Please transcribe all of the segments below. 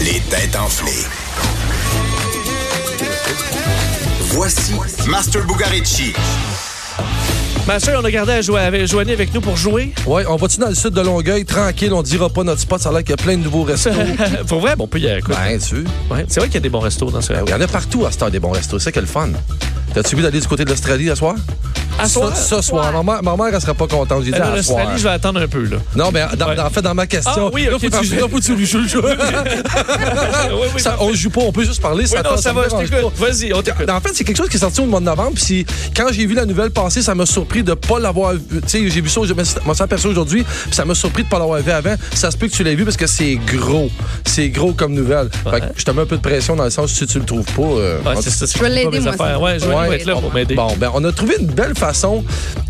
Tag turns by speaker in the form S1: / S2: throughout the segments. S1: Les têtes enflées. Voici Master Bugarici.
S2: Master, on a gardé à jouer avec, Joanie avec nous pour jouer.
S3: Ouais, on va-tu dans le sud de Longueuil, tranquille, on dira pas notre spot, ça a l'air qu'il y a plein de nouveaux restos.
S2: pour vrai, bon, on peut y aller. écoute.
S3: ben, tu. Ben
S2: Ouais, Ben C'est vrai qu'il y a des bons restos dans ce
S3: Il y en a partout à cette heure des bons restos, c'est ça qui est le fun. T'as-tu vu d'aller du côté de l'Australie à soir?
S2: À
S3: Ça,
S2: soir? Ben
S3: Ce soir. Ma mère, ma mère, elle sera pas contente. J'ai dit
S2: Là,
S3: à soir.
S2: l'Australie, je vais attendre un peu. Là.
S3: Non, mais dans,
S2: Ouais.
S3: dans- en fait, dans ma question,
S2: Ah oui,
S3: là,
S2: ok, tu
S3: faut tu,
S2: joues.
S3: là, faut que tu lui joues le jeu.
S2: oui, oui,
S3: Ça,
S2: parfait.
S3: on joue pas, on peut juste parler.
S2: Oui, non,
S3: te-
S2: ça
S3: me
S2: va, je
S3: dérange
S2: t'écoute.
S3: pas.
S2: Vas-y, on t'écoute.
S3: En fait, c'est quelque chose qui est sorti au mois de novembre. Puis quand j'ai vu la nouvelle passer, ça m'a surpris de pas l'avoir vu. Tu sais, j'ai vu ça, je me suis- m'en suis aperçu aujourd'hui. Puis ça m'a surpris de pas l'avoir vu avant. Ça se peut que tu l'aies vu parce que c'est gros. C'est gros comme nouvelle. Fait que je te mets un peu de pression dans le sens si tu le trouves pas. euh,
S2: Ouais,
S3: on-
S2: c'est ça, c'est
S4: Je vais l'aider,
S2: pas mes
S4: moi,
S2: affaires.
S4: ça.
S2: Ouais, Joanie
S3: Ouais.
S2: va être là pour m'aider.
S3: Bon, ben, on a trouvé une belle façon. Tu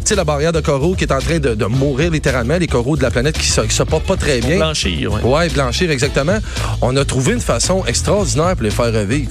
S3: sais, la barrière de coraux qui est en train de, de mourir littéralement, les coraux de la planète qui se, qui se portent pas très bien.
S2: Blanchir, ouais.
S3: Ouais, blanchir, exactement. On a trouvé une façon extraordinaire pour les faire revivre.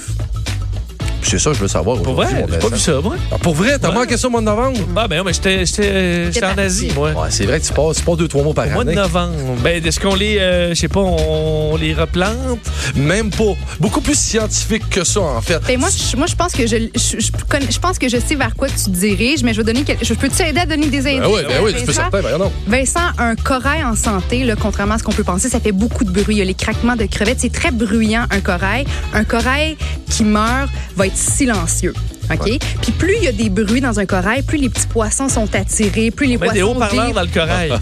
S3: Puis C'est ça, que je veux savoir.
S2: Pour
S3: aujourd'hui,
S2: vrai,
S3: mon
S2: j'ai pas
S3: Vincent.
S2: vu ça, moi.
S3: Ah, pour vrai, t'as
S2: Ouais.
S3: manqué ça au mois de novembre?
S2: Ah, ben non, mais j'étais- j'étais j'étais en
S4: parti.
S2: Asie, moi.
S3: Ouais, c'est vrai que tu passes, tu passes deux, trois mois par
S2: Au mois de
S3: année.
S2: novembre. Ben, est-ce qu'on les, euh, je sais pas, on les replante?
S3: Même pas. Beaucoup plus scientifique que ça, en fait.
S4: Ben, moi, je, moi, je pense que je, je, je connais- je pense que je sais vers quoi tu te diriges, mais je vais donner quel- je peux t'aider à donner des indices.
S3: Ben oui, ben oui, tu peux
S4: Vincent?
S3: certain, ben non.
S4: Vincent, un corail en santé, là, contrairement à ce qu'on peut penser, ça fait beaucoup de bruit. Il y a les craquements de crevettes, c'est très bruyant un corail. Un corail qui meurt va être silencieux. OK? Puis plus il y a des bruits dans un corail, plus les petits poissons sont attirés, plus les
S2: Mets Ben, des
S4: poissons
S2: haut-parleurs
S4: vivent.
S2: dans le corail.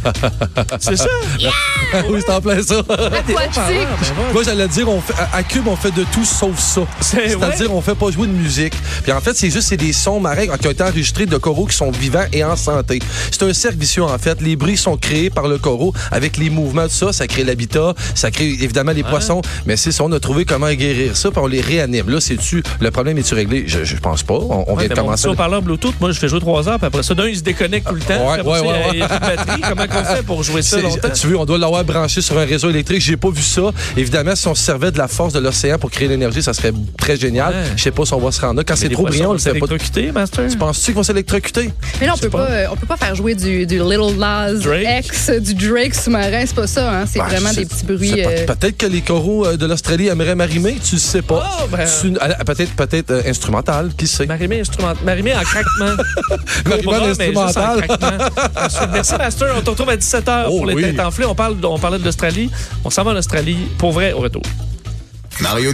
S2: c'est ça?
S3: Ah
S2: Ben,
S3: oui, c'est en plein ça.
S4: Aquatique.
S3: Moi, j'allais dire, on fait, à- à Cube, on fait de tout sauf ça.
S2: C'est
S3: C'est-à-dire, on fait pas jouer de musique. Puis en fait, c'est juste c'est des sons marins qui ont été enregistrés de coraux qui sont vivants et en santé. C'est un cercle vicieux, en fait. Les bruits sont créés par le coraux avec les mouvements de ça. Ça crée l'habitat, ça crée évidemment les poissons. Mais c'est ça, on a trouvé comment guérir ça, puis on les réanime. Là, c'est-tu, le problème est-tu réglé? Je, je pense pas. On, on vient de
S2: Ouais, mais mon
S3: commencer.
S2: petit haut-parleur Bluetooth, moi, je fais jouer trois heures, puis après ça, d'un, il se déconnecte tout le temps.
S3: Ouais,
S2: Après
S3: ouais,
S2: ça,
S3: ouais,
S2: Il y a plus de batterie. Comment qu'on fait pour jouer ça
S3: C'est-
S2: longtemps?
S3: Tu veux, on doit l'avoir branché sur un réseau électrique. J'ai pas vu ça. Évidemment, si on se servait de la force de l'océan pour créer l'énergie, ça serait très génial.
S2: Ouais.
S3: Je sais pas si on va se rendre là. Quand c'est trop brillant, on le
S2: s'est
S3: fait pas.
S2: électrocuté, Master?
S3: Tu Penses-tu qu'on va s'électrocuter?
S4: Mais là, on
S2: Je sais
S4: peut
S2: pas.
S4: pas, euh, on peut pas faire jouer du, du Little Nas
S2: Drake.
S4: X, du Drake sous-marin, c'est pas ça, hein? C'est
S3: Ben,
S4: vraiment
S3: je sais-
S4: des petits
S3: je sais
S4: bruits.
S3: pas.
S4: euh,
S3: Peut-être que les coraux euh, de l'Australie aimeraient m'arrimer, tu le sais pas.
S2: Oh, ben.
S3: Tu- ah, Peut-être peut-être euh, instrumental, qui sait.
S2: Marimé instrument... Marimé en craquement.
S3: Marimé en
S2: Cobra, mais juste en
S3: instrumental.
S2: craquement. Merci, Master. On te retrouve à 17h
S3: Oh,
S2: pour les
S3: oui.
S2: têtes enflées. On, parle, on parlait de l'Australie. On s'en va en Australie. Pour vrai, au retour.
S1: Mario